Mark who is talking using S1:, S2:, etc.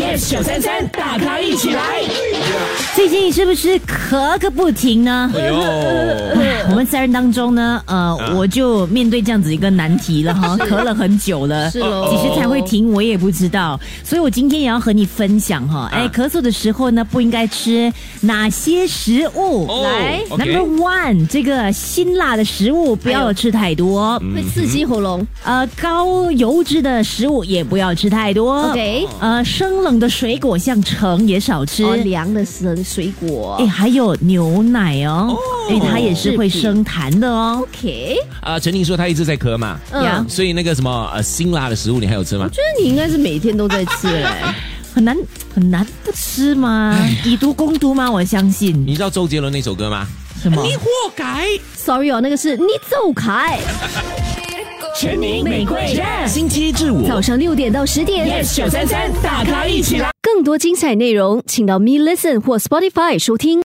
S1: yes 九三三，大咖一起来。
S2: 最近是不是咳个不停呢？
S3: 哎呦， 啊
S2: 我们三人当中呢，呃，我就面对这样子一个难题了 哈，咳了很久了，
S1: 是
S4: 哦
S1: 咯
S2: 几时才会停
S3: 哦
S2: 我也不知道，所以我今天也要和你分享哈，
S3: 啊
S2: 哎，咳嗽的时候呢，不应该吃哪些食物？
S3: 哦
S2: 来
S3: OK 哎
S2: ，Number One，这个辛辣的食物不要吃太多，
S3: 嗯
S1: 会刺激喉咙，
S2: 呃，高油脂的食物也不要吃太
S4: 嗯
S2: 多
S1: OK
S4: 哦
S2: 呃，生冷的水果像橙也少吃，
S1: 哦，凉的是水果
S2: 哎、。还有牛奶哦，
S3: 哦
S2: 哎、它也是会生痰的哦。
S1: OK，
S3: 啊，陈婷说她一直在咳嘛，
S2: 呀
S1: 嗯，
S3: 所以那个什么呃辛辣的食物你还有吃吗
S1: 我？觉得你应该是每天都在吃 嘞。
S2: 很难很难不吃吗？以毒攻毒吗？我相信
S3: 你知道周杰伦那首歌吗？
S2: 什么？
S3: 活该。
S1: Sorry 哦，那个是你走开。
S4: 全民玫瑰战
S3: 星期一至五
S1: 早上六点到十点
S4: ，yes 九三三，大咖一起来。
S1: 更多精彩内容，请到 Me Listen 或 Spotify 收听。